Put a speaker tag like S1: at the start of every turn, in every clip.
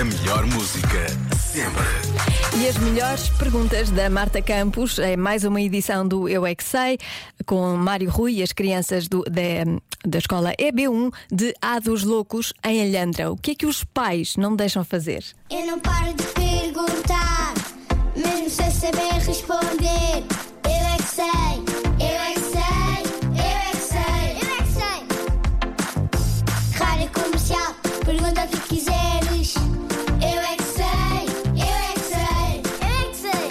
S1: A melhor música sempre.
S2: E as melhores perguntas da Marta Campos é mais uma edição do Eu é que Sei, com Mário Rui e as crianças do- da, da escola EB1 de A dos Loucos em Alhandra. O que é que os pais não deixam fazer?
S3: Eu não paro de perguntar, mesmo sem saber responder. Eu é que sei, eu é que sei, eu é que sei, eu é que sei. Rádio comercial, pergunta o que quiseres. Eu é que sei, eu é que sei, eu é que sei.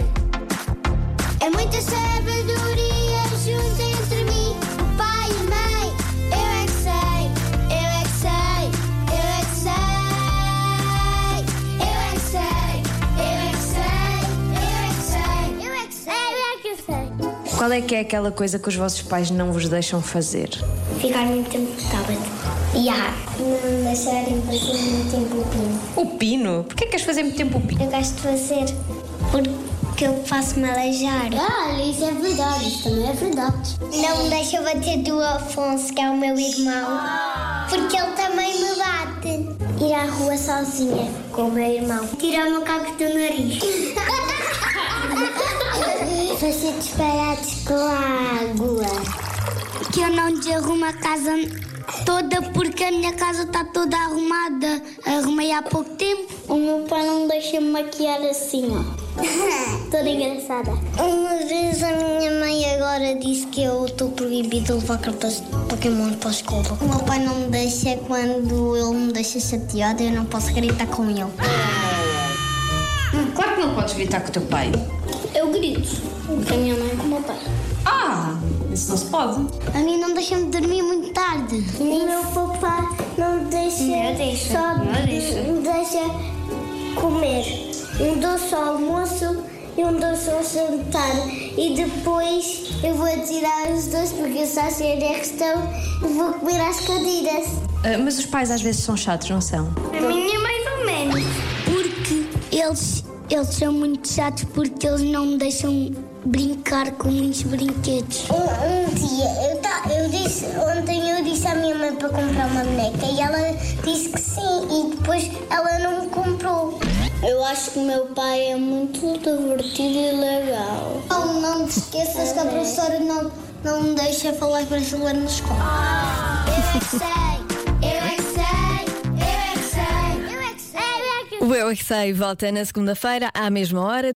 S3: É muita sabedoria junta entre mim, o pai e a mãe. Eu é que sei, eu é que sei, eu é que sei. Eu é que sei, eu é que sei, eu é que sei, eu é que sei, eu é que
S4: Qual é que é aquela coisa que os vossos pais não vos deixam fazer?
S3: sei. Ficar muito tempo no sábado. E há. Não deixarem fazer muito tempo o pino.
S4: O pino? Porquê é que queres fazer muito tempo o pino?
S3: Eu gosto de fazer porque eu faço-me aleijar. Ah, isso é verdade, isso também é verdade. Não me deixa bater do Afonso, que é o meu irmão, porque ele também me bate. Ir à rua sozinha com o meu irmão. Tirar o macaco do nariz. fazer disparates com água. Que eu não derrumo a casa toda porque a minha casa está toda arrumada. Arrumei há pouco tempo. O meu pai não deixa-me maquiar assim, ó. toda engraçada. Uma vez a minha mãe agora disse que eu estou proibida de levar cartas de Pokémon para a escola. O meu pai não me deixa quando ele me deixa chateada, eu não posso gritar com ele.
S4: Hum, Claro que não podes gritar com o teu pai.
S3: Eu grito com a minha mãe e com o meu pai.
S4: Ah, isso não se pode.
S3: A mim não deixa-me dormir muito tarde. Nem meu papá não deixa, só me deixa comer um doce ao almoço e um doce ao jantar. E depois eu vou tirar os dois porque eu só sei onde é que estão e vou comer às cadeiras.
S4: Ah, mas os pais às vezes são chatos, não são?
S3: A minha é mais ou menos. Porque eles, eles são muito chatos porque eles não me deixam brincar com muitos brinquedos. Um, um dia, eu, ta- eu disse, ontem eu disse à minha mãe para comprar uma boneca e ela disse que sim e depois ela não me comprou. Eu acho que o meu pai é muito divertido e legal. Não, não te esqueças que a professora não, não me deixa falar brasileiro na escola. Eu é que sei, eu é que sei, eu é que sei, eu é que sei, eu é que sei.
S2: O Eu é que Sei volta na segunda-feira, à mesma hora.